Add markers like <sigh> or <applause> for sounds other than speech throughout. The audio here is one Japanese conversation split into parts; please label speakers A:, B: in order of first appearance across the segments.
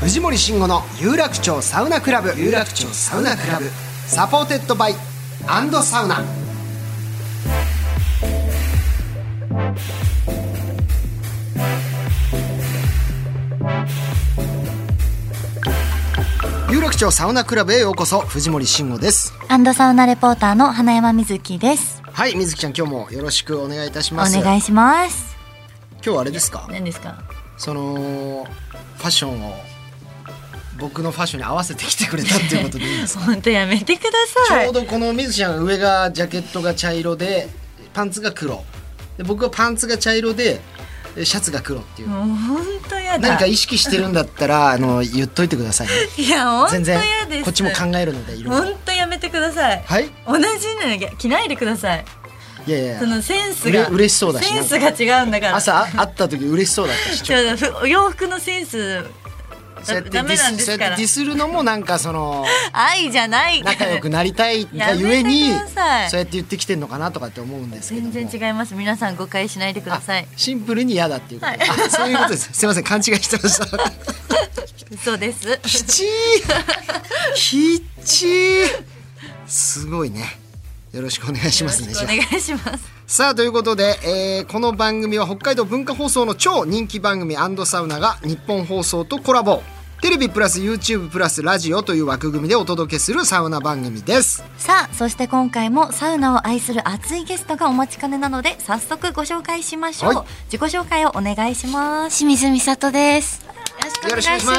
A: 藤森慎吾の有楽町サウナクラブ有楽町サウナクラブサポーテッドバイアンドサウナ有楽町サウナクラブへようこそ藤森慎吾です
B: アンドサウナレポーターの花山瑞希です。
A: はい水木ちゃん今日もよろしくお願いいたし
B: お
A: ます
B: 願いします。
A: 今日はあれですか
B: 何ですか。
A: そのファッションを僕のファッションに合わせてきてくれたっていうことでいいですか
B: 本当やめてくだ
A: ち
B: さ
A: ょう
B: い。
A: どこの水ちゃんが上がジャケットが茶色でパンツが黒で僕はパンツが茶色でえシャツが黒っていう、
B: もう本当やだ。
A: 何か意識してるんだったらあの言っといてくださいね
B: いや本当
A: 全然
B: やです。
A: こっちも考えるのでいろいろ
B: 本当やめてください。
A: はい
B: 同じのや着ないでください。
A: いやいや
B: そのセンスが
A: うれ嬉しそうだし
B: センスが違うんだから。
A: 朝あ会った時嬉しそうだったしち
B: ち
A: ょ
B: ょっとお洋服のセンス
A: そうやってデ
B: <laughs> ダ
A: ィ
B: メなん
A: ス
B: で
A: そ
B: すか
A: う
B: ら
A: やってディスるのもなんかそ
B: <laughs>
A: の
B: 愛じゃないから。
A: 仲良くなりたいがゆえに
B: やめてください
A: そうやって言ってきてんのかなとかって思うんですけども
B: 全然違います。皆さん誤解しないでください
A: あ。シンプルに嫌だっていうこと、あそういうことですすいません勘違いしてました
B: 嘘です。
A: きちーきちーすごいねよろしくお願いしますね
B: お願いします。
A: さあということで、えーこの番組は北海道文化放送の超人気番組サウナが日本放送とコラボテレビプラス YouTube プラスラジオという枠組みでお届けするサウナ番組です
B: さあそして今回もサウナを愛する熱いゲストがお待ちかねなので早速ご紹介しましょう、
A: はい
B: 自己紹介をお願いします
C: 清水美里です。
A: よろしくお願いしま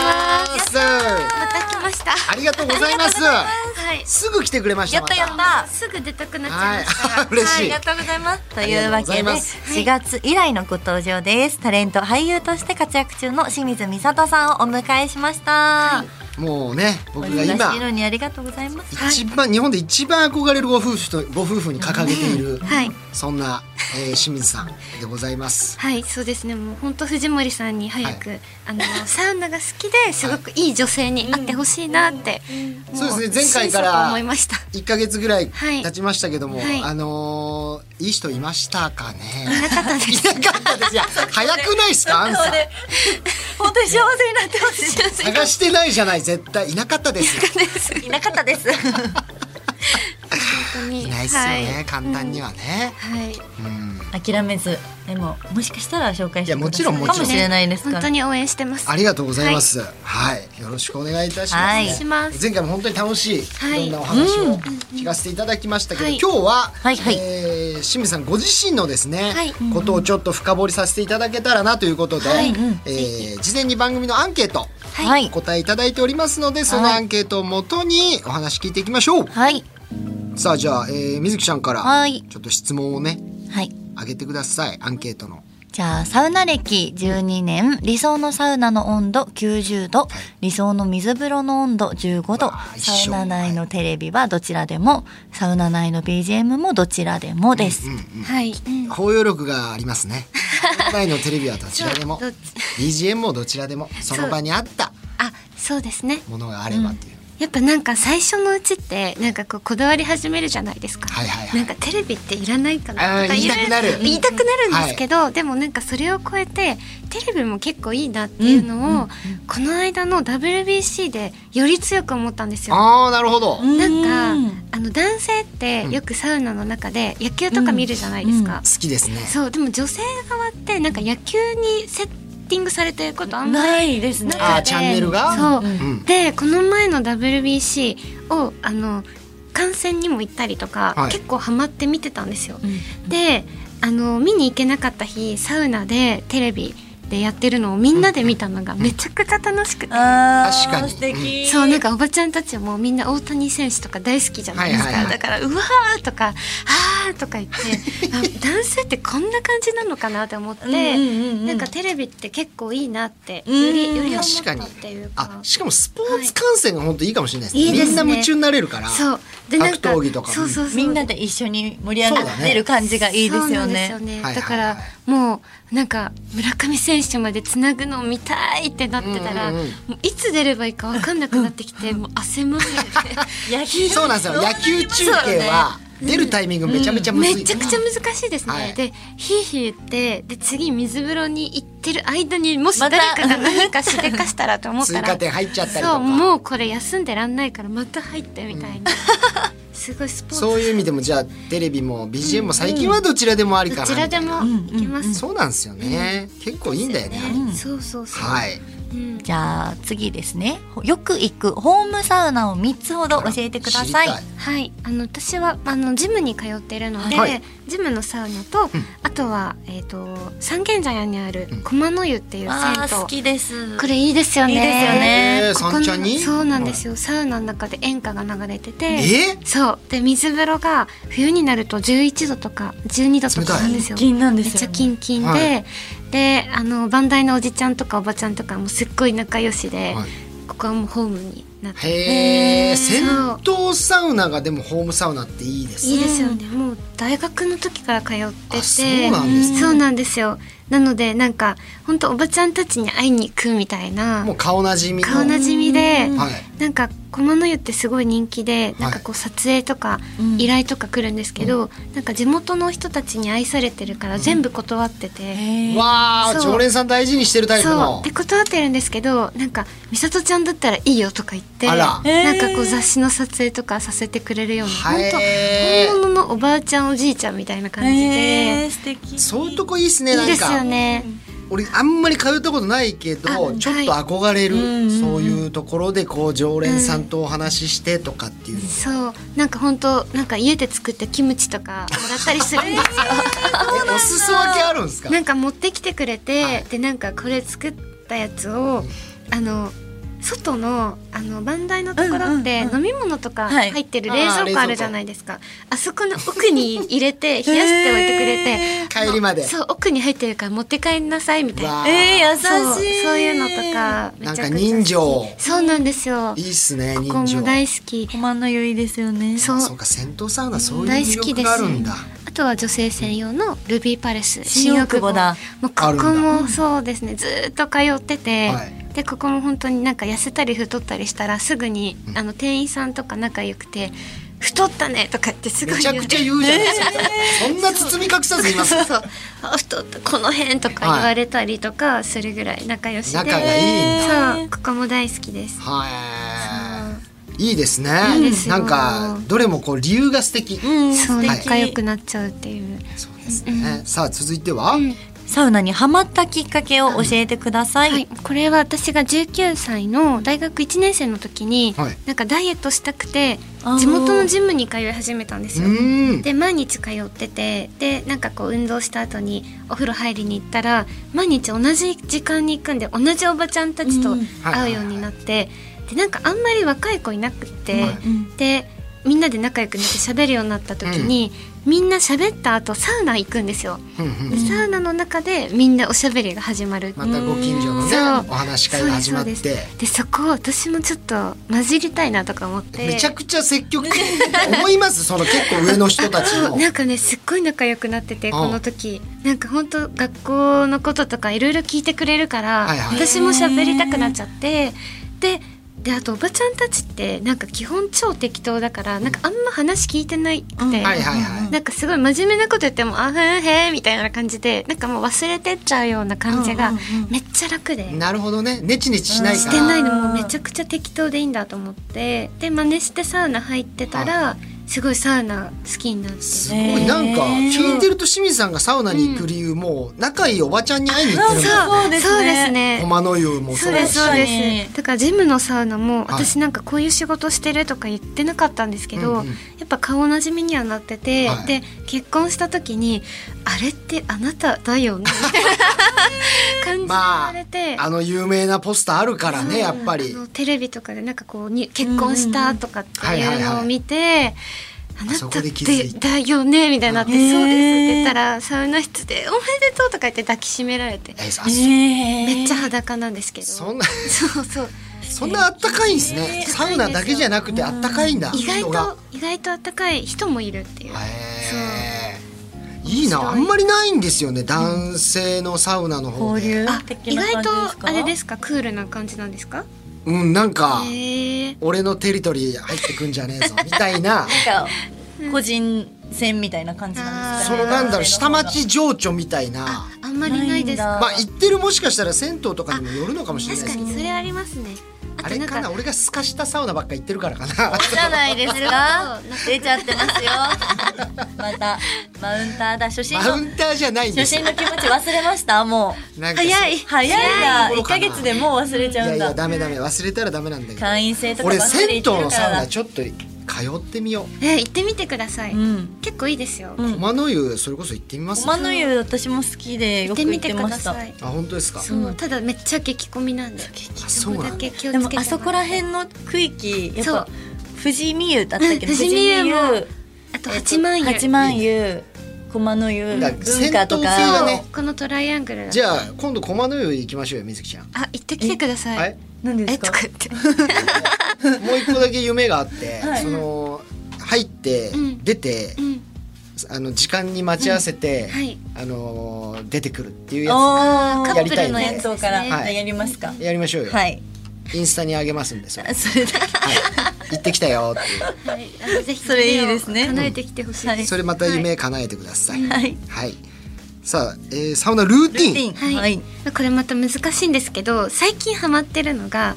A: す
C: また来ました。
A: ありがとうございます
C: はい。
A: すぐ来てくれました
B: やったやっ
A: ま
B: た
C: すぐ出たくなっちゃい
A: は
C: ま
A: い
C: した。
A: あ嬉
B: あ
A: し
B: り
A: い
B: がとうございます。と
A: り
B: い
A: がと
B: う
A: う
B: わ
A: ござ
B: け
A: い
B: で、
A: ます
B: 4月以来のご登場です。タレント、俳優として活躍中の清水美里さんをお迎えしました。
A: もうね
B: お
A: 僕が
B: 忙
A: 今
B: しいのにありがとうございます。
A: 一番日本で一番憧れるご夫婦とご夫婦に掲げている、
C: はい
A: そんな、えー清水さんでございます。
C: はい、そうですね。もう本当藤森さんに早く、あのサウナが好きですごくいい女性に会ってほしいなって、も
A: そうですね前回から
C: 心底思いました。
A: 一ヶ月ぐらい
C: はい
A: 経ちましたけども、
C: はい
A: あのーいい人いましたかね。
C: なかったです。
A: いなかったですいや早くないですか、アンさん。
B: で、本当に幸せになってほし
A: <laughs> 探してないじゃない、絶対いなかったですよ。
C: <laughs>
B: い。いなかったです。
C: 本当に
A: いないですよね、簡単にはね。
C: はい。はい
A: うん、
B: 諦めず、でも、もしかしたら紹介し
A: い
B: て
A: や
B: く
A: も
B: だ
A: ち
B: さ
A: ろ
B: る
A: んも
B: か
A: ちろん
B: もしれないですから
C: 本当に応援してます。
A: ありがとうございます。はい、よろしくお願いいたします。
B: はいお願い
C: します
A: 前回も本当に楽しい、
C: はい
A: い、ろんなお話を聞かせていただきましたけど、
C: はい
A: 今日は、
B: はいはい
A: えー清水さんご自身のですね、
C: はい
A: ことをちょっと深掘りさせていただけたらなということで、
C: はい
A: えー事前に番組のアンケート
B: は
A: お
B: い。
A: 答えいただいておりますので、そのアンケートをもとにお話聞いていきましょう。
B: はい。
A: さあじゃあ、えー、水木ちゃんから、
B: はい
A: ちょっと質問をね
B: はい。
A: 上げてくださいアンケートの。
B: じゃあ、サウナ歴12年、理想のサウナの温度90度、理想の水風呂の温度15度
A: わあ、一
B: サ
A: 緒
B: ウナ内のテレビはどちらでも、サウナ内の BGM もどちらでもです。
C: はい。
A: 包容力があります
C: <laughs>
A: ね。内のテレビはどちらでも
C: どっち、
A: BGM もどちらで
C: <laughs>
A: も、その場にあった
C: あ、そうですね。
A: ものがあればっていう。
C: やっぱなんか最初のうちってなんかこうこだわり始めるじゃないですか、
A: はいはいはい
C: なんかテレビっていらないか
A: あ
C: な
A: ー
C: とか
A: 言いたくなる
C: 言いたくなるんですけど、でもなんかそれを超えてテレビも結構いいなっていうのを、この間の WBC でより強く思ったんですよ。
A: ああ、なるほど。好
C: なんか
B: うん
C: あの男性ってよくサウナの中で野球とか見るじゃないですか、
A: きですね。
C: そうでも女性側ってなんか野球にセッティングされてることあんまり
B: ないですね。
A: あーチャンネルが
C: そう、
A: ん
C: でこの前の WBC をあの観戦にも行ったりとか、
A: はい
C: 結構ハマって見てたんですよ、であの見に行けなかった日サウナでテレビでやってるのをみんなで見たのがめちゃくちゃ楽しくて。
D: あー
A: 確かに
D: 素敵
C: そうなんかおばちゃんたちもみんな大谷選手とか大好きじゃないですか、
A: はいはいはい
C: だから「うわ!」とか「あー!」
A: <laughs>
C: とか言ってあ男性ってこんな感じなのかなって思って、
D: うんうんうんうん
C: なんかテレビって結構いいなって
D: うん
C: よりより思っ
A: 確か
C: た
A: に
C: っていうか
A: あしかもスポーツ観戦が本当いいかもしれないですね,、
C: いいですね
A: みんな夢中になれるから
C: そう
A: 格闘技とかも
C: そうそうそう
D: みんなで一緒に盛り上がってる感じがいいです
C: そうな
D: よ
C: んで
D: ね
C: すよ。ね
A: はいはいはい
C: だからもうなんか村上選手までつなぐのを見たいってなってたら、
A: うんうんうん
C: もういつ出ればいいか分かんなくなってきて、もう汗まみれで。
D: 野球
A: そうなんですよ野球中継は出るタイミングめちゃめちゃむずい、
C: めちゃくちゃ難しいですね。
A: はい
C: で、ヒーヒー言って、で、次水風呂に行ってる間にもし
D: また
C: 誰かが何かしでかしたらと思った
A: 追
C: ら
A: 加、点入っちゃったりとか
C: そう、もうこれ休んでらんないからまた入ってみたいな。すごいスポーツ。
A: そういう意味でもじゃあテレビも BGM も最近はどちらでもありか
C: ど
A: ら
C: ちらでも行けます。
A: そうなんですよね、結構いいんだよね、
C: そうそうそう。
A: はい
C: うん
D: じゃあ次ですね。よく行くホームサウナを三つほど教えてください。
A: 知りた
C: はい、あの私はあのジムに通っているので、
A: はい
C: ジムのサウナと、あとはえっ、と三軒茶屋にある駒の湯っていう
D: あー
C: 銭湯、
D: 好きです。
C: これいいですよね。
D: いいですよね
A: えー
C: ここの
A: 三茶に
C: そうなんですよ、サウナの中で演歌が流れてて
A: え
C: そうで水風呂が冬になると11度とか12度とかなんですよ
D: 金なんで
C: めっちゃ
D: ね
C: キンキンで、
A: はい
C: であのバンダイのおじちゃんとかおばちゃんとかもすっごい仲良しで、
A: はい
C: ここはもうホームになって
A: へ
D: へ
A: え
D: ー
A: 銭湯サウナがでもホームサウナっていいですね
C: いいですよね、もう大学の時から通って
A: あ
C: て
A: そうなんですね
C: そうなんですよなのでなんか本当おばちゃんたちに会いに行くみたいな
A: もう顔なじみの
C: 顔なじみで、
D: うん
A: はい
C: なんか駒の湯ってすごい人気で、
A: い
C: なんかこう撮影とか
D: うん
C: 依頼とか来るんですけど、なんか地元の人たちに愛されてるから全部断ってて。
D: へー
A: わあ
C: そう
A: 常連さん大事にしてるタイプ
C: そ
A: の
C: うで断ってるんですけどなんか「美里ちゃんだったらいいよ」とか言って
A: あら
C: なんかこう雑誌の撮影とかさせてくれるような
A: へー
C: 本当本物のおばあちゃんおじいちゃんみたいな感じ
D: へ
C: で
D: ー素敵。
A: そういうとこいいっすねない
C: い
A: ん
C: ですよ
A: か
C: ね。
A: 俺あんまり通ったことないけど
C: あ
A: ちょっと憧れる、
D: はいうんうんうん
A: そういうところでこう常連さんとお話ししてとかっていうの、
C: そうなんか本当なんか家で作ったキムチとかもらったりするんですよ。
A: えおすそ分けあるんですか
C: なんか持ってきてくれて、
A: はい
C: でなんかこれ作ったやつをあの外のあのバンダイのところって
D: うんうんうん
C: 飲み物とか
D: はい
C: 入ってる
A: あー
C: 冷蔵
A: 冷蔵
C: 庫
A: 庫
C: あるじゃないですか、あそこの奥に入れて冷やしておいてくれて、
D: へ
A: 帰りまで
C: そう奥に入ってるから持って帰んなさいみたいな
A: わ
D: ーえー優しい。
C: そうそういうのとかめち
A: な
C: ゃ
A: ん
C: くち
A: か
C: ゃ
A: 人情
C: 好きそうなんですよ
A: いいっすね
C: こ
A: 人
C: こ
A: 情
C: も大好き
D: コマンの良いですよね。
C: そう
A: そうか銭湯サウナそういう
C: 大
A: 魅
C: 好きで
A: 力
C: す
A: があるんだ
C: あとは女性専用のルビーパレス
D: 新大久保だ
C: もうここ
A: ある
C: もそうですねずーっと通ってて、
A: はい
C: でここも本当になんか痩せたり太ったりしたらすぐに、あの店員さんとか仲良くて「太ったね」とかってすごい
A: めちゃくちゃ言うじゃないですか、そんな包み隠さずいます
C: <laughs> そうそうあ太ったこの辺とか言われたりとかするぐらい仲良しで、
A: 仲がいいん
D: だ
C: そうここも大好きです
A: はいいいですね
C: いいですよ
A: なんかどれもこう理由が素敵、
D: うん
C: そう
A: はい
C: 仲良くなっちゃうっていう
A: そうですね、さあ続いては、
D: サウナにハマったきっかけを教えてください。
C: はい、これは私が19歳の大学1年生の時に、
A: はい
C: なんかダイエットしたくて
D: あー
C: 地元のジムに通い始めたんです
A: う
C: よ。
A: ん
C: で毎日通っててでなんかこう運動した後にお風呂入りに行ったら毎日同じ時間に行くんで同じおばちゃんたちと
D: うん
C: 会うようになって、でなんかあんまり若い子いなくって、
A: はい
D: うん
C: でみんなで仲良くなって喋るようになった時に、みんな喋った後サウナ行くんですよ。
A: ふんふん
C: でサウナの中でみんなおしゃべりが始まるっていう
A: またご近所のね
C: そう
A: お話し会が始まっ
C: そうです
A: て
C: そうですでそこを私もちょっと混じりたいなとか思って
A: めちゃくちゃ積極的思いますその結構上の人たち
C: そ
A: も
C: う <laughs> なんかねすっごい仲良くなってて
A: あ
C: この時なんか本当学校のこととかいろいろ聞いてくれるから、
A: はいはい
C: 私も喋りたくなっちゃってでであとおばちゃんたちってなんか基本超適当だからなんかあんま話聞いてないくて、
D: うんはい
A: はいはいはい、
C: なんかすごい真面目なこと言っても「あふんへーみたいな感じでなんかもう忘れてっちゃうような感じが
D: うんうんうん
C: めっちゃ楽で。
A: なるほどねネチネチしない
C: し
A: か
C: て
A: ら、
C: ないのもうめちゃくちゃ適当でいいんだと思ってで真似してサウナ入ってたら、すごいサウナ好きになって
A: すごいなんか聞いてると清水さんがサウナに行く理由も仲いいおばちゃんに会いに行ってるんだ
D: そ
A: よね
D: うですね
C: そうですね
A: 駒の湯も
C: そ
A: そううだ
C: です
A: し
C: そう
D: 確か
C: で
D: に
C: すだからジムのサウナも
A: はい
C: 私なんかこういう仕事してるとか言ってなかったんですけど、
A: うんうん
C: やっぱ顔なじみにはなってて、
A: はい
C: で結婚した時にあれってあなただよねみたいな感じで言われて、
A: あの有名なポスターあるからねやっぱり
C: あのテレビとかでなんかこうに結婚したとかって
A: はいはい
C: いう
A: は
C: の
A: い
C: を見て。あな
A: そ
C: た
A: こ
C: っ
A: で気づ
C: て
A: いた
C: だよねみたいになって、
B: うん
C: そうですっ
B: へ
C: て
B: ー
C: 言ったらサウナ室で「おめでとう」とか言って抱きしめられて
A: えーあ
C: め
B: め
C: っちゃ裸なんですけど
A: そんな
C: そうそう
A: そんなあったかいんですねサウナだけじゃなくてあったかいんだ
C: 意外
A: 人が
C: と意外と暖かい人もいるっていう、
A: へーいい
C: 面
A: なあ
C: 白い
A: んまりないんですよね男性のサウナの方
B: 交
A: で
B: 流
C: あ
B: 的
C: 意
B: な感
C: 外
B: じです
C: と
B: か
C: あれですかクールな感じなんですか
A: うんなんか
C: へえ
A: 俺のテリトリー入ってくんじゃねえぞみたいな
B: なんか個人戦みたいな感じなんです
A: そ
B: かね
A: のなんだろう下町情緒みたいな
C: あんまりないで
B: ない
C: す
B: んだ
C: か
A: まあ行ってるもしかしたら銭湯とかにもよるのかもしれない
C: 確
A: で
C: か
A: すけ
C: に
A: ど
C: それありますね
A: あ
C: あと
A: れ
C: なん
A: かな
C: か
A: 俺がすかしたサウナばっか行ってるからかな
B: じゃないですか <laughs>
C: か
B: 出ちゃってますよ <laughs> またマウンターだ初心
A: マウ
B: の
A: ンターじゃないんで
B: 初
A: すよ
B: 心の気持ち忘れましたもう
A: なんかそう
B: 早い早いな
A: そう
B: 一ヶ月でもう忘れち
A: い
B: ゃ
A: や
B: うん
A: いや
B: だ
A: ダメダメ忘れたらダメなんだけど
B: 会員制とか
A: 俺
B: ばっか
A: 銭
B: り
A: 湯
B: 言って
A: の
B: るか
A: サウ
B: ら
A: ナちょっと通ってみよ
C: え行ってみてください、
B: うん
C: 結構いいですよ、
A: う
B: うん
A: 駒の湯それこそ行ってみます
B: 駒の湯私も好きで
C: 行
B: よく
C: って
B: 行
C: み
B: ってて
C: く
B: ま
C: だ
B: した
C: さい
A: あ本当ですか
C: そう、ただめっちゃ激混みなんでそこだけ気をつけて
B: でもあそこら辺の区域やっ
C: そう
B: ぱ藤見湯だったっけ
C: うん <laughs> 富士見湯もあと
B: 富士
C: 八
B: 見
C: 万円
B: 八万湯駒の湯
A: だ
B: 文化と
A: 戦闘性が
B: か
A: ね
C: このトライアングル
A: じゃあ今度駒の湯行きましょうよみずきちゃん
C: あ行ってきてくださ
A: はいい
B: 何で
C: え
B: す
C: と
B: か
C: か言って
A: もう一個だけ夢があって、
B: はい
A: その入って、
C: うん
A: 出て
C: う、ん
A: あの時間に待ち合わせて、
C: んはい
A: あのー出てくるっていうや
B: おー
A: やりたいね
B: カップルのやつから
C: はい
B: はいやりますか
A: つやりましょうよ、
B: はい <laughs>
A: インスタにあげますんでそれ、
B: それだ
A: はい、行ってきたよっていう
C: <laughs> はい、あのぜひ
B: それいいですね
C: 夢を叶えてきてほしいです、
A: それまた夢叶えてください、はい
B: はい
A: さあ、えーサウナルーテ
B: ル
A: ィ
B: ーテ
A: ン
B: ィン
C: はい、
B: はい
C: これまた難しいんですけど最近ハマってるのが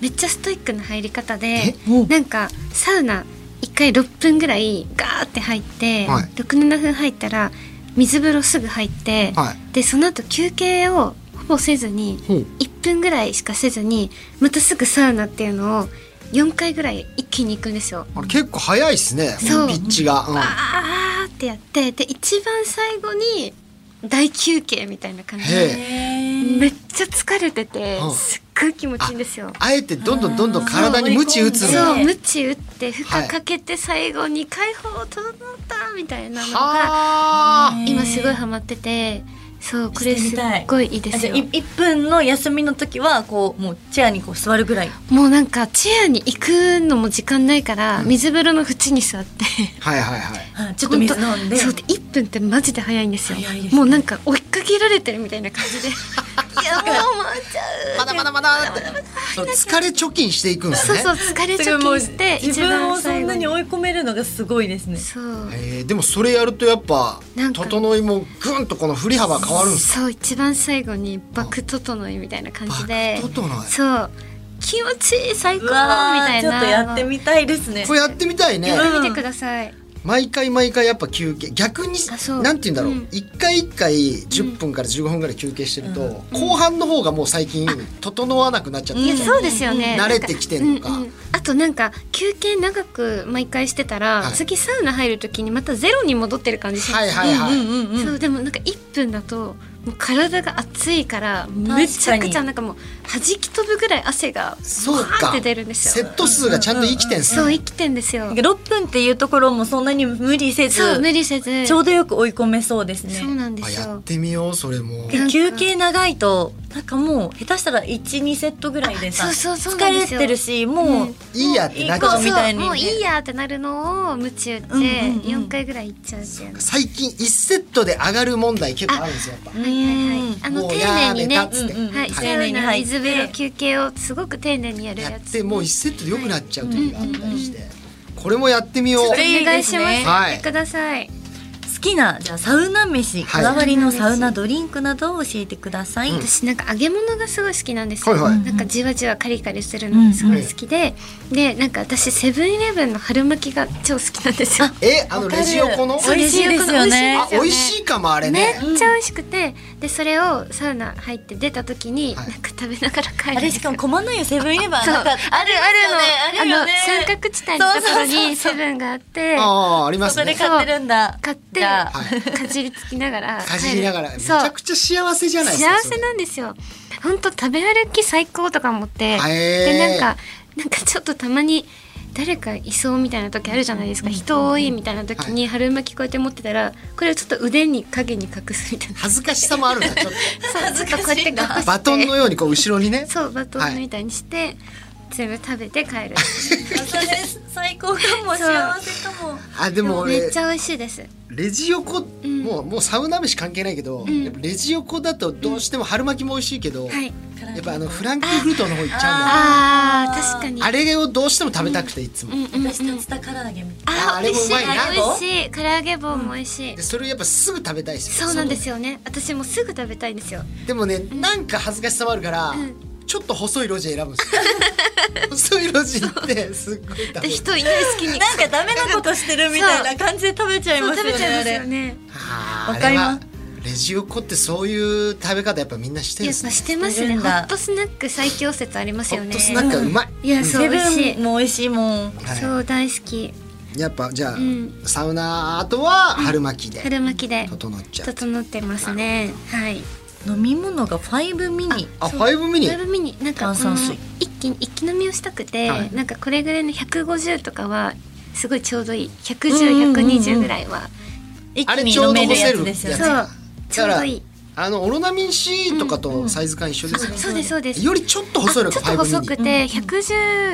C: めっちゃストイックな入り方で
B: お
C: なんかサウナ1回6分ぐらいガーって入って、
A: はい
C: 67分入ったら水風呂すぐ入って、
A: は
C: でその後休憩をほぼせずに
A: ほう
C: 1分ぐらいしかせずにまたすぐサウナっていうのを4回ぐらい一気に行くんですよ。
A: あれ結構早いっすね
C: そう
A: ピッチが、うん
C: あーってやってで一番最後に大休憩みたいな感じで
A: へえ
C: めっちゃ疲れてて
A: うん
C: すっごい気持ちいいんですよ。
A: あえてどんどんどんどん体に鞭打つ
B: あ
A: の
B: ー
C: そう
B: ね
C: 鞭打って負荷かけて最後に解放を整ったみたいなのが
A: はあ
C: 今すごいハマっててそうこれすっごいいいで
B: あ
C: す
B: じゃ
C: よ
B: あい一分の休みの時はこうもうチェアにこう座るぐらい
C: もうなんかチェアに行くのも時間ないから水風呂の縁に座
B: <laughs>
C: って
A: はいはいはい
B: はいちょっと水飲んで
C: そうで1分ってマジで早いんですよ
B: 早いですね
C: もうなんか追いかけられてるみたいな感
B: <laughs>
C: じでいやもう回っちゃう
A: まだまだまだってそう疲れ貯金していくんです
C: そう
A: ね
C: そう疲れ
B: すご
C: 貯
B: いもう
C: 金して
B: 自
C: 一
B: 分を
C: 番
B: そ
C: 最
B: ん
C: 後
B: な
C: に
B: に追い込めるのがすごいですね
C: そう
A: えーでもそれやるとやっぱ
C: なんか
A: 整いもぐんとこの振り幅変わるんです
C: そう一番最後にバク整いみたいな感じで
A: バク整い
C: そう気持ちいい最高
B: う
C: み
B: わ
C: た
B: ー
C: い
B: ちょ
C: な
B: っとやってみたいですね
A: これやってみたいね
C: やってみてください、
A: 毎回毎回やっぱ休憩逆に
C: あそう
A: なんて言うんだろ
C: う
A: うん一回一回10分から15分ぐらい休憩してると後半の方がもう最近整わなくなっちゃっ
B: うん
C: いや
A: て
C: そうですよね
A: 慣れてきてんのか
C: ううあとなんか休憩長く毎回してたら、
A: はい
C: 次サウナ入る時にまたゼロに戻ってる感じします、
A: はいはいはい
B: うんうんうん
C: そうでもなんか1分だともう体が熱いからめちゃくちゃなんかもう弾き飛ぶぐらい汗が
A: そ
C: バ
A: う
C: ーンっ
A: か
C: て出るんです
A: セ
C: よ
A: ット数がちゃんと生きてんす
C: そう
A: ね
C: 生きてんですよ
B: 6分っていうところもそんなに無理せ
C: そう無
B: ず
C: 理せず
B: ちょうどよく追い込めそうですね
C: そうなんで
A: あ
C: す
A: や
C: よ
A: ってみようそれも
C: なんか
B: 休憩長いとなんかもう下手したら12セットぐらいでさ
C: あそうそうそうなんです
B: 疲
C: よ
B: れてるしもう、
C: うん
A: いいやってなっちゃ
B: そううみたいにね
C: もういいやってなるのを鞭打って
B: うんうんうん
C: 4回ぐらいいっちゃうっていうの
A: 最近1セットで上がる問題結構あるんですよやっぱ
C: はいはいは
B: う
C: い
B: ん
C: あの
A: もう
C: 丁寧にね
A: やーめたっつって
B: うんうん
C: はい
B: はい
C: 丁寧に
B: はい
C: 水風呂休憩をすごく丁寧にやる
A: や
C: や
A: っ
C: つ
A: てもう1セットで良くなっちゃう時があったりしてこれもやってみよう
B: そ
C: お
B: れいい
C: 願
B: で
C: い
B: す
C: し
B: ね
C: ます
A: はい
C: やってください
B: 好きなじゃあサウナ飯
A: は
B: こ
A: い
B: だわりのサウナドリンクなどを教えてください、
C: 私なんか揚げ物がすごい好きなんですよ、
A: はいはい
C: なんかじわじわカリカリするのがすごい好きで、でなんか私セブンイレブンの春巻きが超好きなんですよ
A: えあのレジ横の
B: 美味しいですよね
A: あ美味しいかもあれ
C: め
A: ね
C: っちゃ美味しくてでそれをサウナ入って出た時に、
A: はい
C: なんか食べながら帰るん
B: あ
C: で
B: れ
C: す
B: し
C: よ
B: かも駒の湯セブンイレブン
C: そう
B: な
C: あ
B: んか
C: るある
B: ある
C: の
B: よ
C: あの
B: ね
C: 三角地帯のところにセブンがあって
A: あああります
B: それ
A: ね
B: 買ってるんだ
C: 買って
B: じゃ
D: ら
A: はい
C: かじりつきながら帰る
A: かじりながらめち
C: そう
A: ゃくちゃ幸せじゃないですか
C: 幸せなんですよ本当食べ歩き最高とか思って、
A: へー
C: でなんかなんかちょっとたまに誰かいそうみたいな時あるじゃないですか、人多いみたいな時に春巻きこうやって持ってたらこれをちょっと腕に影に隠すみたいな
A: 恥ずかしさもあるなちょっ
C: 恥ずかしいな
A: とバトンのようにこう後ろにね
C: そうバトンみたいにして、全部食べて帰る
D: それ最高かも
C: そう
D: 幸せかも
A: あで
C: で
A: も
C: もめ
A: 俺
C: っちゃ美味しいです
A: レジ横、もうもうサウナ飯関係ないけど、やっぱレジ横だとどうしても春巻きも美味しいけど、
C: はい
A: やっぱあのフランクフルトの方行っちゃうんだよね
C: あー確かに
A: あれをどうしても食べたくていつも、
C: うんうんうん
B: 私竜田唐揚げみたい
C: あ
A: あ
C: ー
A: れ
C: 美
A: もう
C: 味しい
A: まいな
C: 美味しい唐揚げ棒も美味しい
A: でそれをやっぱすぐ食べたいですよ
C: そうなんですよね私もすぐ食べたいんですよ
A: でもね、なんか恥ずかしさもあるから、ちょっと細い路地選ぶんですよ
C: <laughs>
A: 細い路地行ってすっごい食べる
C: で人いない隙に
B: ななんかダメなことしてるみたいな感じで食べちゃい
C: そ
B: ま
C: う
B: すよね
C: 食べちゃいますよ
B: あれ
C: ね
A: あー
B: わかります
A: あれはレジ横ってそういう食べ方やっぱみんなして
C: い
A: るん
C: や
A: ですね
C: してます
B: して
C: ね
B: るん
C: ホ
B: だ
C: ットスナック最強説あります
A: ホ
C: よ
A: ッ
C: ね
A: トスナックはうまい、
C: いやそう美味し
B: セ
C: い
B: ブンも美味しいもん
A: はい
C: そう大好き
A: やっぱじゃあ、
C: ん
A: サウナあとは春巻きで
C: 春巻きで
A: 整っちゃう、
C: 整ってますねはい
B: 飲み物がファイブミニ
A: あファイブミニ
C: ライブミニなんか
B: 炭
C: この
B: 酸水
C: 一気に一気飲みをしたくて、
A: はい
C: なんかこれぐらいの150とかはすごいちょうどい
B: う
C: い
B: んうんうん
C: 110120ぐらいは、
B: 一
A: あ
B: 気
A: れ
B: に
A: ちょ
B: 飲
A: うど
B: め
A: 干
B: る
A: せ
B: や
A: る
B: つ
A: や
B: で
A: つ
B: すよ
C: そ
B: ね
C: うちょうどいい
A: あのオロナミン C とかとサイズ感一緒ですよね、
C: そうですそうです
A: よりちょっと細いの
C: あち
A: が
C: ょっ
A: ファイ
C: と
A: ブミニ
C: 細くて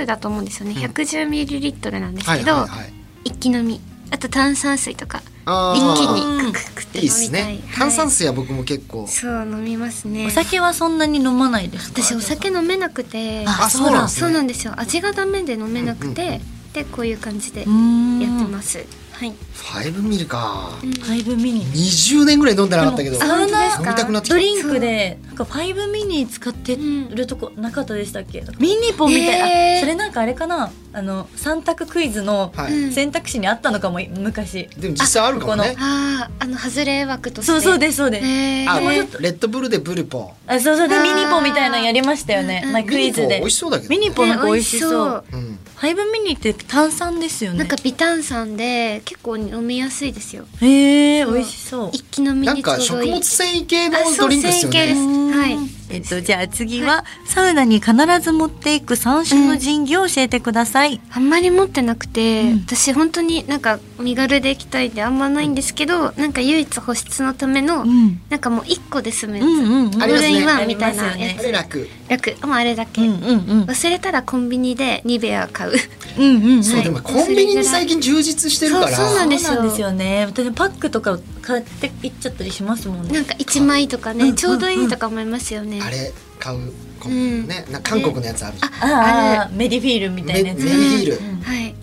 C: 110だと思うんですよね、110ml なんです
A: は
C: け
A: い
C: ど、
A: はいはい
C: 一気飲みあと炭酸水とか
A: あ
C: 一気
A: ー
C: にクククって
A: いいっ
C: 飲
A: す
C: みたい
A: ね炭酸
C: 水、
A: 水は僕も結構
C: はい、そう飲みますね
B: お酒はそんなに飲まないですか
C: 私お酒飲めなくて
B: あ
A: あそうなんです
C: そう
A: ね
C: なんですよ味がダメで飲めなくて、でこういう感じでや
B: うーん
C: ってます、はい
A: ファイブミリか
B: ファイブミニ
A: 20年ぐらい飲んでなかったけど
B: でもサウナ
A: 飲みたくなってき
B: ド
A: た
B: リンクでなんかファイブミニ使ってるとこなかったでしたっけ、ミニポンみたいな、
C: へー
B: あそれなんかあれかなあの三択クイズの
A: は
C: う
A: い
C: ん
B: 選択肢にあったのかも昔、
A: でも実際あるかもね
C: あああの外れ枠として
B: そうそう
C: で
B: ですそうです、
C: へー
A: あ
B: この
A: レッドブルでブルポ
B: あそうそうで
C: あー
B: ミニポンみたいなのやりましたよね、なんかクイズ
A: ミニポ
B: で
A: 美味しそうだけど
B: ミニポンなんか美味しそう,、
C: ね
A: うん
B: ファイブミニって炭酸ですよね
C: なんか微炭酸で結構飲みやすいですよ
B: へえ
C: そう
B: 美味しそう
C: 一気飲み
A: なん
C: にちょ
A: か
C: う
A: 食
C: どいい
A: 物繊維系の
C: あそう
A: ドリンクですよ
C: 繊維系です
A: ね
C: はい
B: えっとじゃあ次は、サウナに必ず持っていく三種の神器を教えてください、
C: あんまり持ってなくて、
B: うん
C: 私本当になんか身軽で行きたいってあんまないんですけど、なんか唯一保湿のための、
B: ん
C: なんかもう一個で済むや
B: う
C: つ、
B: んうんうん
A: あ
C: オ
A: ります
C: ール
A: ね
C: インワンみたいな
B: ありますよ
C: や
B: ね
A: あ
C: つ、
A: れ楽
C: 楽もうあれだけ、
B: うんうんうん
C: 忘れたらコンビニでニベア買う
B: うんうん
A: そうでもコンビニに最近充実してるから
C: そうそうなんですよ
B: そうなんですよね。私パックとか買っていっちゃったりしますもん
C: な
B: ね。
C: んか一枚とかね、
B: うん
C: ちょうどいいとか思いますよね、
A: あれ買うコンビニねな韓国のやつあるじゃん
B: ああメディフィールみた
A: メ
B: いな
A: メ
B: やつ。
A: リーヒール
C: はい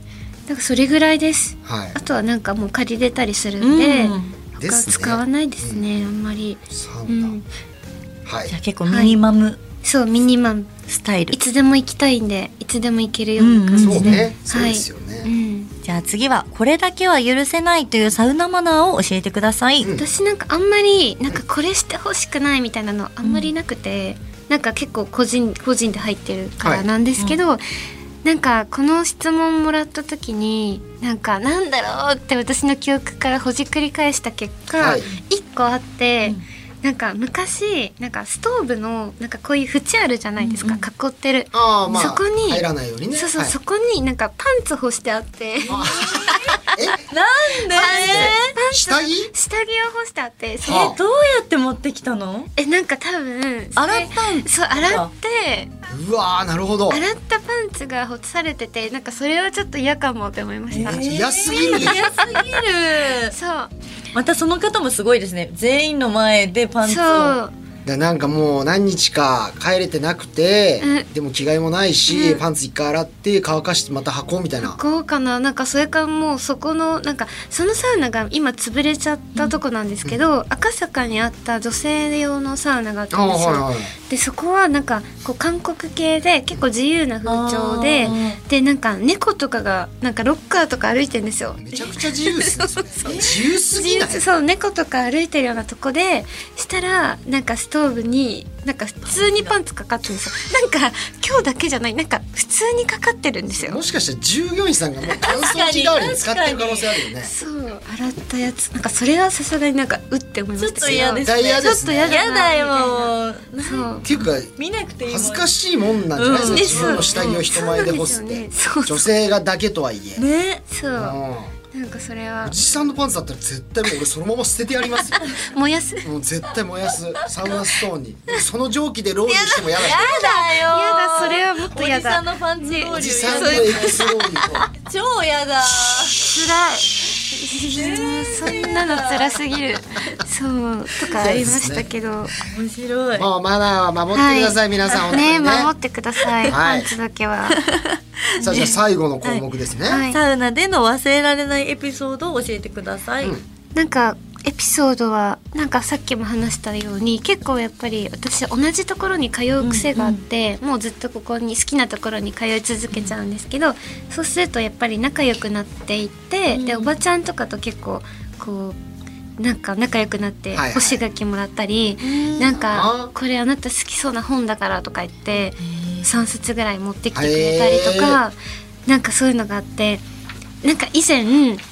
C: なんかそれぐらいです
A: はい
C: あとはなんかもう借りれたりする
B: うん
C: んで、
A: で
C: 他
A: すね
C: 使わないですね、あんまり
A: サウ
C: う
A: ナ
C: ん
A: はい
B: じゃあ結構ミニマム
C: そうミニマム
B: スタイル。
C: いつでも行きたいんでいつでも行けるような感じ
A: そ
C: で、
A: う
C: はい
A: ねそうですよ
C: う
A: ね
C: ん
B: じゃあ次はこれだけは許せないというサウナマナーを教えてください。
A: うん
C: 私なんかあんまりなんかこれしてほしくないみたいなのあんまりなくて、なんか結構個人個人で入ってるからなんですけど、なんかこの質問もらった時になんかなんだろうって私の記憶からほじくり返した結
A: は
C: 果、
A: い
C: 一1個あって。なんか昔なんかストーブのなんかこういう縁あるじゃないですか、囲ってる
A: ああまあ
C: そこに
A: 入らないようにね
C: そうそう、
A: はい
C: そこになんかパンツ干してあっ
B: な
C: て
B: んで？
A: 下着
C: 下着を干してあってそれ
A: はあ
B: どうやって持ってきたの？
C: えなんか多分それ
B: 洗ったん
C: そう洗って
A: うわーなるほど
C: 洗ったパンツが干されててなんかそれはちょっと嫌かもって思いました、
B: え
A: 安すぎるでしょ
B: 嫌すぎる。
C: そう
B: またその方もすごいですね。全員の前でパンツを。
C: そう
A: でなんかもう何日か帰れてなくて、
C: うん
A: でも着替えもないし、
C: うん
A: パンツ一回洗って乾かしてまた履こうみたいな、
C: こうかななんかそれかもうそこのなんかそのサウナが今潰れちゃったとこなんですけど、赤坂にあった女性用のサウナがあったんですよ、
A: あはいはい
C: でそこはなんかこう韓国系で結構自由な風潮で
B: あ
C: でなんか猫とかがなんかロッカーとか歩いてんですよ
A: めちゃくちゃ自由
C: <laughs>
A: ですねそれ自由す
C: 自
A: ぎ
C: 由
A: ない
C: そう猫とか歩いてるようなとこでしたらなんかストーブになんか普通にパンツかかってるんですよなんか今日だけじゃないなんか普通にかかってるんですよ
A: もしかしたら従業員さんがもう乾燥機代わりに使ってる可能性あるよね
C: そう洗ったやつなんかそれはさすがになんかうって思いましたけど
B: ちょっと嫌です
A: ダイヤですね
C: ちょっと
B: やだよ
C: そう
A: っていうか
B: 見なくていいもん
A: 恥ずかしいもんなんじゃない、
B: うん
A: その自分の
C: です
A: 下着を人前で干すって、
C: そうなんですよねそう
A: 女性がだけとはいえ、
B: ね
C: そう
A: う
C: なんんかそれは
A: おじさんのパンツだったら絶対もう俺そのまま捨ててやり
C: <laughs>
A: ますよ
C: 燃やす
A: もう絶対燃やすサウナストーンにその蒸気でローリーしてもやだし
B: だよ
C: やだそれはもっと
B: お
C: やだ
B: じさんのパンチ
A: おじさんのエキスローリーを
B: 超やだ
C: 辛いもう <laughs> そんなの辛すぎるそうとかありましたけど
B: 面白い
A: もうマナーは守ってください、皆さん本当にね
C: ね守ってください、
A: はい
C: パンツだけは <laughs>
A: さあじゃあ最後の項目ですね、
C: はい
B: サウナでの忘れられないエピソードを教えてください、
C: なんかエピソードはなんかさっきも話したように結構やっぱり私同じところに通う癖があって、もうずっとここに好きなところに通い続けちゃうんですけど、そうするとやっぱり仲良くなっていって、でおばちゃんとかと結構こうなんか仲良くなって
A: はいはい
C: 干し柿もらったり、なんかこれあなた好きそうな本だからとか言って3冊ぐらい持ってきてくれたりとか、なんかそういうのがあって。なんか以前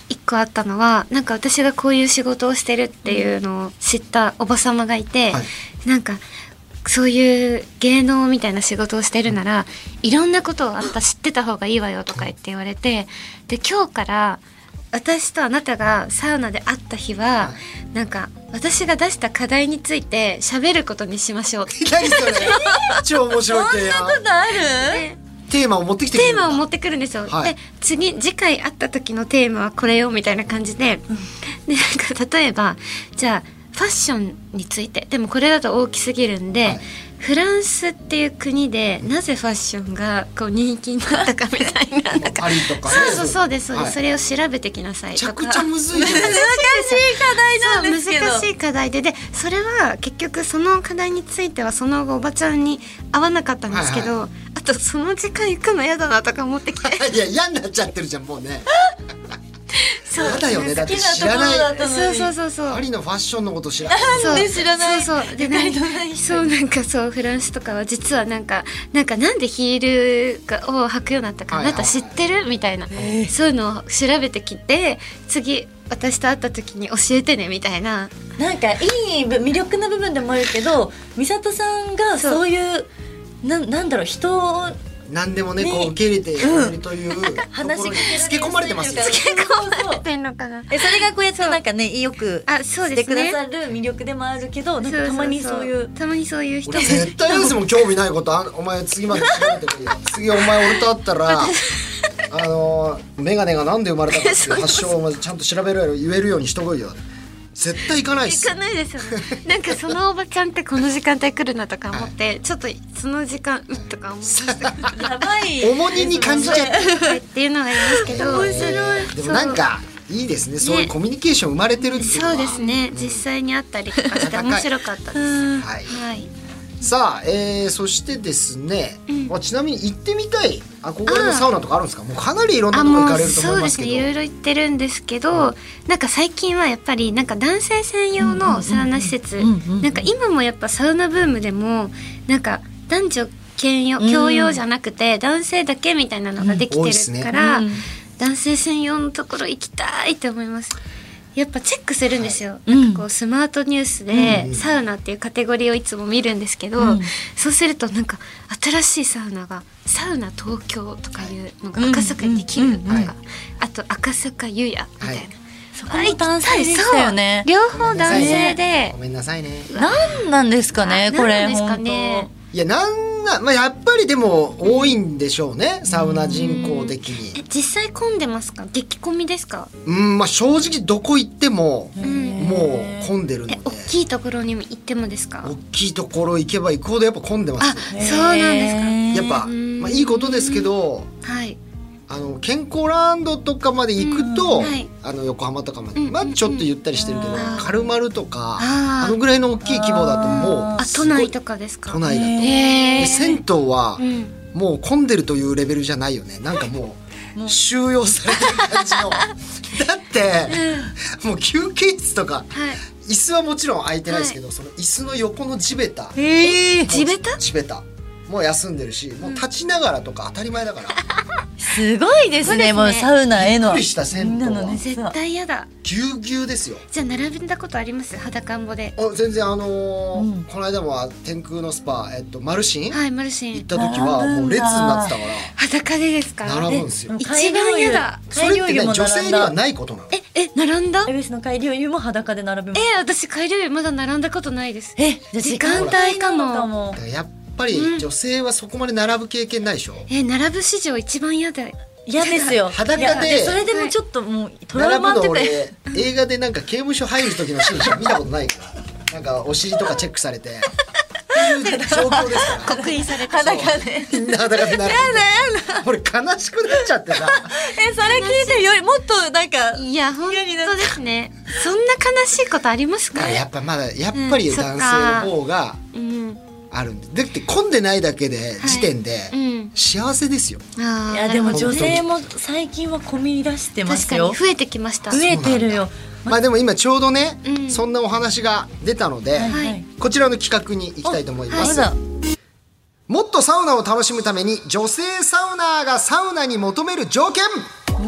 C: 一個あったのはなんか私がこういう仕事をしてるっていうのを知ったおばさまがいて、
A: はい
C: なんかそういう芸能みたいな仕事をしてるならいろんなことをあんた知ってた方がいいわよとか言って言われてで今日から私とあなたがサウナで会った日は、なんか私が出した課題について喋ることにしましょう
A: 何それ超面白い提案
B: ある
A: テーマを持ってきてくれ
C: テ
A: る
C: ー
A: んだ
C: マを持ってくるんですよ。
A: はい
C: で次次回会った時のテーマはこれよみたいな感じで,、でなんか例えばじゃあファッションについてでもこれだと大きすぎるんで、
A: はい
C: フランスっていう国でなぜファッションがこう人気になったかみたいななんか
A: パリとかね
C: そうそうそうですそうです、
A: はい
C: それを調べてきなさい
A: め
C: と
A: ち
C: か
A: ゃくちゃむずいじゃないですか
B: 難しい課題なんですけど
C: 難しい課題ででそれは結局その課題についてはその後おばちゃんに会わなかったんですけど、
A: はい
C: あとその時間行くの嫌だなとか思ってきて <laughs>
A: いや嫌になっちゃってるじゃんもうね
C: そう
A: やだよねだって知ら
B: 好きなところだ
A: な
B: っ
A: い
B: たのに
C: そうそうそうそう
A: パリのファッションのこと知らない
C: そう
B: で知らない
C: そうそうでなんかそうなんかそうフランスとかは実はなんかなんかなんでヒールがを履くようになったか、
A: はいはい
C: あなた知ってるみたいな、そういうのを調べてきて次私と会った時に教えてねみたいな
B: なんかいい部魅力な部分でもあるけど美里さんがそういうなんなんだろう人を
A: 何でもね
B: ね
A: こう受け入れてくれるというところに
B: 話しかけられやす
A: つ
B: い
A: け込まれてますよ
B: というかそうそうそう
C: <laughs> ってんのかな
B: <laughs> えそれがこうやってなんかねよく
C: あそう
B: して
C: です
B: くだ
C: ね
B: さる魅力でもあるけどなん
C: そう
B: か
C: そう
B: た
C: そう
B: まにそういう
C: たまにそういう人
A: 俺
C: も
A: 絶対ですもん興味ないことあんお前次まで調べてもいいよ次お前俺と会ったらあのーメガネがなんで生まれたかっていう発祥をまずちゃんと調べるよ言えるようにしとこいよ絶対行かないっ
C: 行
A: す
C: かないですよね。なんかそのおばちゃんってこの時間帯来るなとか思って、ちょっとその時間うっとか思いましたけ
B: やばい
A: 重荷に感じちゃって
C: どっていうのがあります
A: <laughs>
C: けど。
A: でもなんかいいですねそういうコミュニケーション生まれてるっていうのは
C: そうですね、実際に会ったりとかして面白かったです。
A: はい
C: はい。
A: さあ、えー、そしてですね、まあ、ちなみに行ってみたい憧れのサウナとかあるんですかもうかなりいろんな
C: あ
A: とこ行
C: もう
A: かれると
C: そ
A: 思
C: う
A: いま
C: ですす
A: け
C: ね
A: ど
C: いろいろ言ってるんですけど、なんか最近はやっぱりなんか男性専用のサウナ施設なんか今もやっぱサウナブームでもなんか男女兼用共用じゃなくて男性だけみたいなのができ
A: うん多
C: て
A: いっすね
C: るから、男性専用のところ行きたいって思います。やっぱチェックするんですよ、なんかこうスマートニュースでサウナっていうカテゴリーをいつも見るんですけど、そうするとなんか新しいサウナがサウナ東京とかいうのが赤坂にできるとか、
A: うんうんはい
C: あと赤坂湯屋みたいな、
A: はい
B: そこも男性でしたよね
C: そう両方男性で
A: ごめんなさいね
B: なんなんですかね
C: あ
B: これ
C: なんなんですか
B: 本
C: ね
B: 当
A: いやなんな、まあ、やっぱりでも多いんでしょうね、サウナ人口的
C: え
A: に
C: 実際混んでますか激混みですか、
A: うん、まあ正直どこ行っても
C: うん、
A: もう混んでるので
C: え大きいところに行ってもですか
A: 大きいところ行けば行くほどやっぱ混んでま
C: あ
A: す
C: そうなんですか
B: へー
A: やっぱ、
C: うん
A: まあ、いいことですけど
C: はい
A: あの健康ランドとかまで行くと、
C: うんはい
A: あの横浜とかまで、
C: うん
A: まあ、ちょっとゆったりしてるけど、
C: うんうん
A: カルマルとか
C: あ
A: あ
C: ー
A: のぐらいの大きい規模だともう
C: あ都内とかですか
A: 都内だと、
C: へ
A: で
C: ー
A: 銭湯は
C: うん
A: もう混んでるというレベルじゃないよねなんかもう収
C: <laughs>
A: 容されてる感じのだって、もう休憩室とか
C: はい
A: 椅子はもちろん空いてないですけど、その椅子の横の地べた
D: ええ
C: 地べた
A: 地べたもう休んでるしもう立ちながらとか当たり前だから、
B: すごいですね。もうサウナへ
A: びっ
B: の
A: くりした銭湯は
B: 絶
C: 絶対嫌だ
A: ぎゅうぎゅうですよ
C: じゃあ並んだことあります裸んぼで
A: あ全然あのー
B: うん
A: この間も天空のスパ、えっと、マルシン、
C: はいマルシ
A: 行っ
C: ン
A: た時はもう列になってたか
C: 裸でですから
A: 並ぶんですよ
C: 一番嫌だ
A: それってね女性にはないことなの
C: ええ並んだ
B: エベスの改良湯も裸で並べま
C: え
B: す。
C: 私帰るよりまだ並んだことないです
B: え、じゃあ
C: 時間帯かも
B: 時間帯なの
A: だからやっぱり女性はそこまで並ぶ経験ないでしょ、
C: え並ぶ史上一番嫌だ
B: 嫌ですよ。
A: 裸で
B: いやそれでもちょっともうトラウマ
A: 並
B: っ
A: ぶ
B: て
A: の
B: て。
A: 俺映画でなんか刑務所入る時のシーンしか見たことないからなんかお尻とかチェックされてっていう状況ですから
C: <laughs> 刻印された
B: 裸で。
A: みんな裸になる俺悲しくなっちゃってさ
B: え、それ聞いてるよりもっとなんか。
C: いや本当ですねそんな悲しいことありますか
A: やっぱまだやっぱり
C: うんそっか
A: 男性の方が
C: うん
A: あるんでだって混んでないだけで時点で
C: うん
A: 幸せですよ
C: あー
B: いやでも
C: なるほ
B: 女
C: ど
B: 性も最近は込み出してま
C: 確
B: す
C: か
B: よ
C: に。増えてきました
B: 増えてるよ。
A: まあでも今ちょうどね
C: うん
A: そんなお話が出たので
B: はいはい。
A: こちらの企画に行きたいと思いま
B: ますだ。
A: もっとサウナを楽しむために女性サウナーがサウナに求める条件と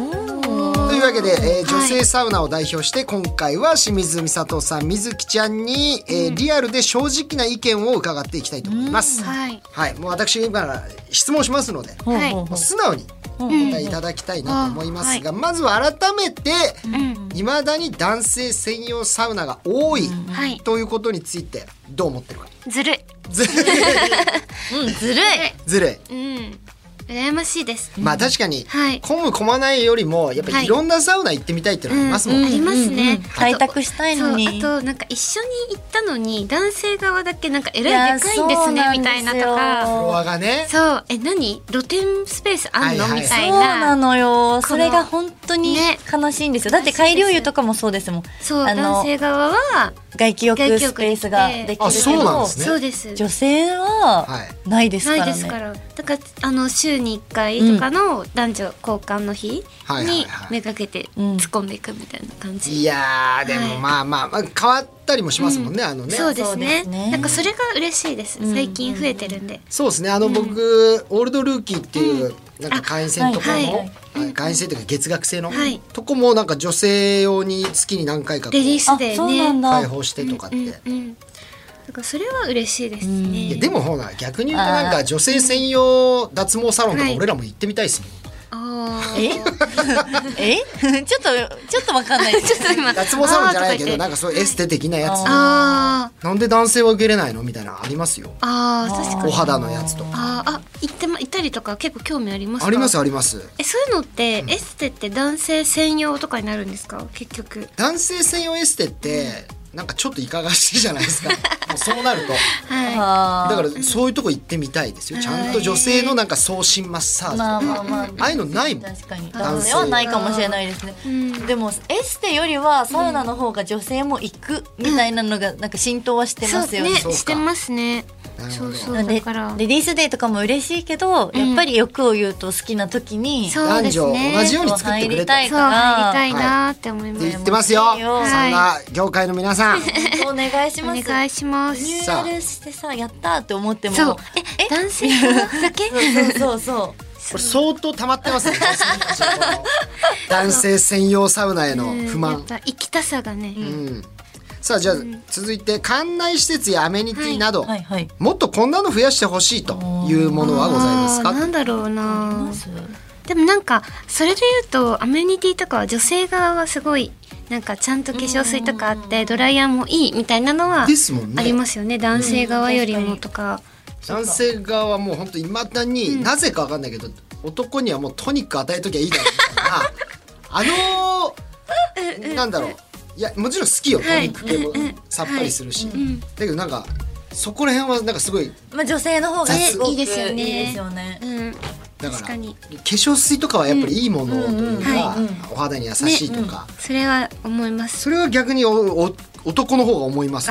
A: いうわけで、えー女性サウナを代表して今回は清水美里さん水木ちゃんに、えーリアルで正直な意見を伺っていきたいと思います。
C: はい
A: はい、もう私今から質問しますのでも
C: はい
B: ほうほ
A: う
B: うほ
A: 素直にお
B: う
A: 答えいただきたいなと思いますが、まずは改めて
C: うん
A: いまだに男性専用サウナが多い
C: はい
A: ということについてどう思ってるか。
C: ずるい <laughs>
A: ずるい
B: ううん、ずるい。
A: ずるい
C: うん羨ましいです
A: まあ確かに、
C: はい
A: 混む混まないよりもやっぱ
C: はい
A: りいろんなサウナ行ってみたいっていうのありますもん
C: あ
A: ね。
C: りま
B: う
C: すね、
B: んうんうん開拓したいのに
C: そうあとなんか一緒に行ったのに男性側だけなんかえら
B: や
C: いでかいんですねみたいなとか
A: フロアがね
C: そうえ何露天スペースあんの、
A: はいはい
C: み
B: そ
C: たいう
B: な
C: な
B: のよ。それが本当に
C: ね
B: 悲しいんですよ。だって改良湯とかもそうですもん。
C: そう
B: あの
C: 男性側は
B: 外気浴スペースができるけど
A: あそうなんですね
C: そうです
B: 女性は
A: はい。
B: ないですか
C: ない
B: ら
C: ですか
B: ね。
C: らだからあの週に1回とかの男女交換の日
A: はいはい
C: に
A: はい
C: めがけて
B: うん
C: 突っ込んでいくみたいな感じ、
A: いやーで
C: は
A: も
C: い
A: まあまあ、まあ、変わったりもしますもんね、あのね。
C: そうです
B: そうで
C: ね
B: すね
C: なんかそれが嬉しいです最近増えてるんで、
A: そうですねあの僕、オールドルーキーっていう、なんか会員制のところ
C: はい
A: の、
C: はい
A: あ会員制というか月額制の、
C: はい
A: とこもなんか女性用に月に何回かこう
C: レディースデ
B: あ、
C: ー
B: そう
C: ね
B: なんだ。
A: 開放してとかって、
C: うんうん、だからそれは嬉しいですね。
A: いやでもほら逆に言うとなんか女性専用脱毛サロンとか俺らも行ってみたいですもん、
C: あー
B: ええ <laughs> ちょっとちょっとわかんないです。
C: <laughs> ちょっと今
A: 脱毛サロンじゃないけ
C: あー
A: ど
C: と
A: な
C: か
A: んかそういうエステ的なやつ、
B: あ
C: あー
A: なんで男性は受けれないのみたいなのありますよ
C: あー確か
A: お
C: に。
A: 肌のやつとか
C: あーあ行っても行ったりとか結構興味ありますか。
A: ありますあります
C: えそういうのって、エステって男性専用とかになるんですか結局。
A: 男性専用エステってなんかちょっといかがわしいじゃない
C: <laughs>
A: ですかもうそうなると
B: あ
C: は
A: だ
B: ー
A: からそういうとこ行ってみたいですよちゃんと女性のなんか送信マッサージと
B: まあまあ
A: か
B: まあ。
A: ああいうのないもん
B: 確かに
A: 男
B: 男
A: 性
B: 性はないかもしれないですね、
C: ん
B: でもエステよりはサウナの方が女性も行くみたいなのがなんか浸透はして
C: い。
B: ますよね,、
C: ね
A: そうか
C: してますね
A: な。るほ
C: そ
A: ど
C: うそう
B: なん
C: だ
B: で
C: から。
B: レディースデーとかも嬉しいけど、やっぱり欲を言うと好きな時に
C: そう
A: 男
C: です
A: 女
C: ね
A: 同じように作ってくれと
B: 入り
A: ったて
B: い
C: そう
B: か
C: 入りた
B: ら
C: いなーって思います。
A: 言ってますよそん
B: はい
A: な業界の皆さん
B: お願いします
C: お願いします。
B: ニュ
A: さあ
B: ーアルしてさやったーって思っても
C: そうえ男性側だけ
B: そうそうそう
A: これ相当溜まってますね男性専用サウナへの <laughs> 不
C: うんや
A: 満
C: っぱ生きたさがね、
A: うんさあじゃあ続いて館内施設やアメニティなど、
B: はいはい
A: もっとこんなの増やしてほしいというものはございます
C: あーな
A: か
C: んだろうな
B: そう
C: でもなんかそれで言うとアメニティとかは女性側はすごいなんかちゃんと化粧水とかあってドライヤーもいいみたいなのは
A: ですもんね
C: ありますよね男性側よりもとか、
A: 男性側はもう本当いまだに、なぜかわかんないけど男にはもうトニック与えときゃいいだろうみたいなあのーなんだろういやもちろん好きよ、
C: はい
A: トニック系もさっぱりするし、だけどなんかそこら辺はなんかすごい
B: まあ女性の方が
A: 雑
B: すごく
C: いいですよね
B: いいですよね
C: うん
A: だから
C: 確かに
A: 化粧水とかはやっぱりいいものというか、
B: うんうんうん
A: お肌に優しいとか、
C: それは思います
A: それは逆におお男の方が思います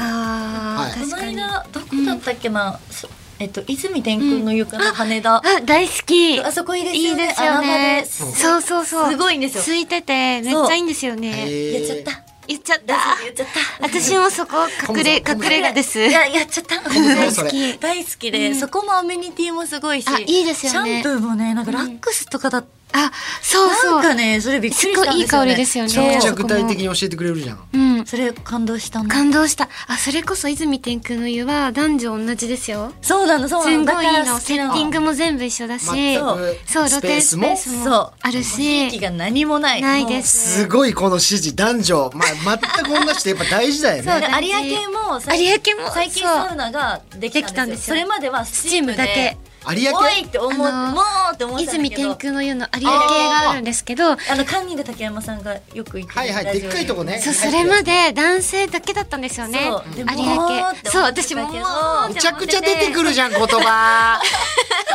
A: は
C: あー、
A: い
B: この
C: 確かにあ
B: 間どこだったっけな、そえっと泉天空の床の羽田、
C: 大好き
B: あそこいいです
C: い
B: よ
C: い
B: ね
C: ですよ
B: 穴場
C: ね
B: です
C: そうそうそう
B: すごいんですよ
C: 空いててめっちゃいいんですよね
A: へー
B: やっちゃった
C: 言っちゃった。
B: 言っちゃった
C: 私もそこ隠れ
A: コムゾ
C: 隠れ家です。
B: いややっちゃった
A: ム
B: 大
A: ゾ
B: 好き大好きで、そこもアメニティもすごいし
C: あいいですよね
B: シャンプーもねなんかラックスとかだっ
C: あ、そう
B: な
C: そ
B: ん
C: う。
B: かねそれびっくりしたんです
C: す
B: よ
C: っごいいい香
B: ね
C: りですよね
B: そう
A: めっち
C: そ
A: ゃ
C: う
A: 具体的に教えてくれるじゃん。
C: うん。
B: それ感動したの
C: 感動した。あ、それこそ泉天空の湯は男女同じですよ。
B: そうなのそう
C: す
B: なの
C: んごいいい
B: だから
C: の。
B: 好
C: セ
B: き
C: ッ
B: なの
C: ティングも全部一緒だし、
A: 全く
C: そう、露天スペースもある
B: 雰囲気
C: し、
B: が何もない
C: ないですす。
A: すごいこの指示男女、まあ、全く同じでやっぱ大事だよ
C: そう
A: ね。
B: 有明も最
C: 有明も
B: 最近
C: そう
B: サウナができ
C: でき
B: た
C: た
B: ん
C: ん
B: で
C: ですす
B: よ
C: よ
B: それまではスチームで
C: スチームだけ
A: 有明
B: おいって思う、
C: あの
B: もうって思ってたんだ
C: 泉
B: けど
C: 天空の湯の有明があるんですけど、
B: あのカンニング竹山さんがよく行って
A: はいはいでっかいとこね
C: そうそれまで男性だけだったんですよね。
B: そうで
C: 有
B: ももうって
C: 明。そう
B: 思ってたけ
C: 私
B: ど
C: ももう
B: め
A: むちゃくちゃ出てくるじゃん言葉分
C: <laughs>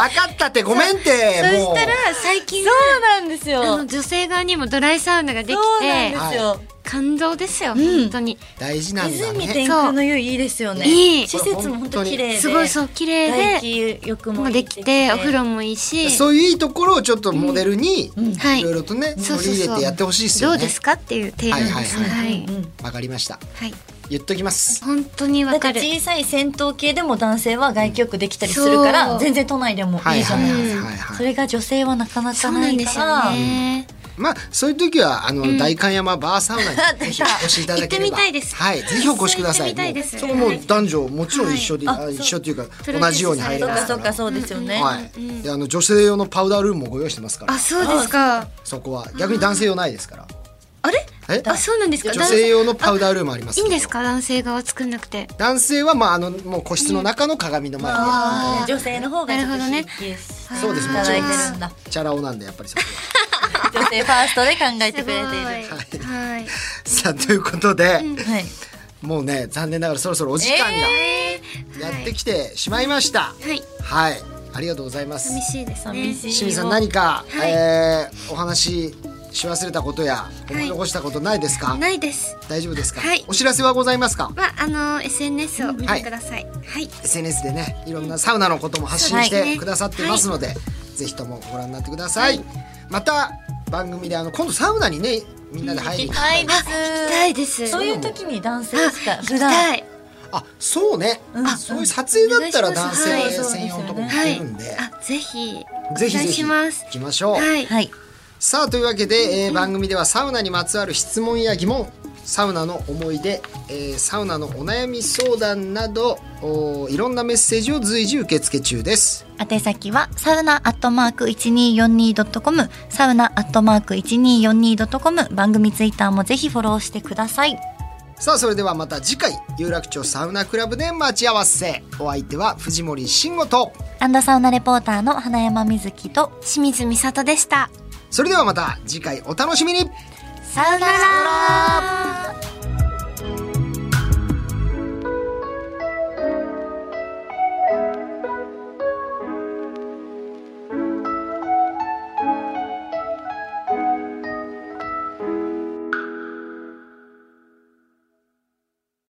A: かったってごめんって
C: そ
A: もう
C: したら最近は
B: そうなんですよ
C: あの女性側にもドライサウナができ
B: そうなん
C: て
B: ですよ、
C: 感動ですよ、本当に
A: 大事なんだ
B: 泉
A: ね
B: 天空の湯いいですよね
C: いい
B: 施設も本当綺麗です
C: ごいそう綺麗
B: 外
C: で
B: 気浴も
C: もうできてお風呂もいいし
A: そういういいところをちょっとモデルに
C: はいい
A: ろいろとね
C: そう
A: 取
C: そ
A: り入
C: うそう
A: れてやってほしいです
C: ど
A: よね。
C: うですかっていう提案です
A: はいは
C: はいい
A: わかりました。
C: はい
A: 言っときます。
C: 本当に
B: だ
C: わ
B: って
C: かる
B: 小さい戦闘系でも男性は外気浴できたりするから
C: そう
B: 全然都内でも
A: はいい
B: いじゃ
A: はい
B: ない
A: はいはいは
B: そ
A: い。
B: れが女性はなかな
C: そ
B: か
C: う
B: な
C: なん
B: い
C: です
B: から
C: よね
A: まあそういう時はあの大観山バーサウ
C: <laughs>
A: ナにぜひお越しいただければ。
C: 行ってみたいです
A: はいぜひお越しください。
C: 行ってみたいです
A: もうそれも男女もちろん一緒で
B: はい
A: あ一緒というか
C: プロデュ
A: 同
C: ース
A: じように
C: さ
A: 入れ
C: れ
B: そ
A: ま
B: う
C: る
A: す
B: か
A: か
B: そう
A: ら
B: か。そうですよね、
A: はい。であの女性用のパウダールームもご用意してますから
C: あ。そうですか
A: そこは逆に男性用ないですから。
C: あれ
A: え
C: あそうなんですか
A: 女性用のパウダールームあります
C: い
A: け
C: い
A: ど
C: んですか男性側作んなくて
A: 男性はまああのもう個室の中の鏡の前で、
C: あー
B: 女性の方がちょっと引き
A: そうです
B: い
A: も
B: た
A: ちろ
B: だ
A: ん
B: いてるんだ
A: チャラ男なんでやっぱりそこは <laughs>
B: 女性ファーストで考えてく
C: すご
B: <laughs>
C: い
B: れている
C: はい
A: さあということで、
B: はい
A: もうね残念ながらそろそろお時間
C: えー
A: が
C: は
A: やって
C: い
A: きてしまいました、
C: はい
A: はい、ありがとうございます
C: 寂しいですね
B: 寂しい
A: 清水さん何か、
C: はい
A: えーお話しし忘れたことや思い残したことないですか、
C: ないです
A: 大丈夫ですか、
C: はい
A: お知らせはございますか
C: はあの SNS を見てくださいはい
A: SNS でねいろんなサウナのことも発信し
C: そうです
A: て
C: ね
A: くださってますので、ぜひともご覧になってください、また番組であの今度サウナにねみんなで入りに行きたい
B: です
C: たいです
B: そういう時に男性しか
C: あ
B: 普
C: た
B: 段
C: い
A: あそうね、
B: ん
A: そういう撮影だったら
C: お願
A: 男
C: いし
A: 性
C: ます
A: 専用のとこも
C: は
A: 出
C: い
A: るんで、
C: あぜひ
A: ぜひ
C: お
A: ぜ
C: 願い
A: ひ
C: し
A: 行
C: ます
A: きましょう、
C: はい
B: はい
A: さあというわけで、えー番組ではサウナにまつわる質問や疑問サウナの思い出、えーサウナのお悩み相談などおーいろんなメッセージを随時受付中です
D: 宛先はサウナアットマーク 1242.com サウナアットマーク 1242.com 番組ツイッターもぜひフォローしてください
A: さあそれではまた次回有楽町サウナクラブで待ち合わせお相手は藤森慎吾と
D: アンドサウナレポーターの花山瑞希と
C: 清水美里でした
A: それではまた次回お楽しみに
D: サウナラー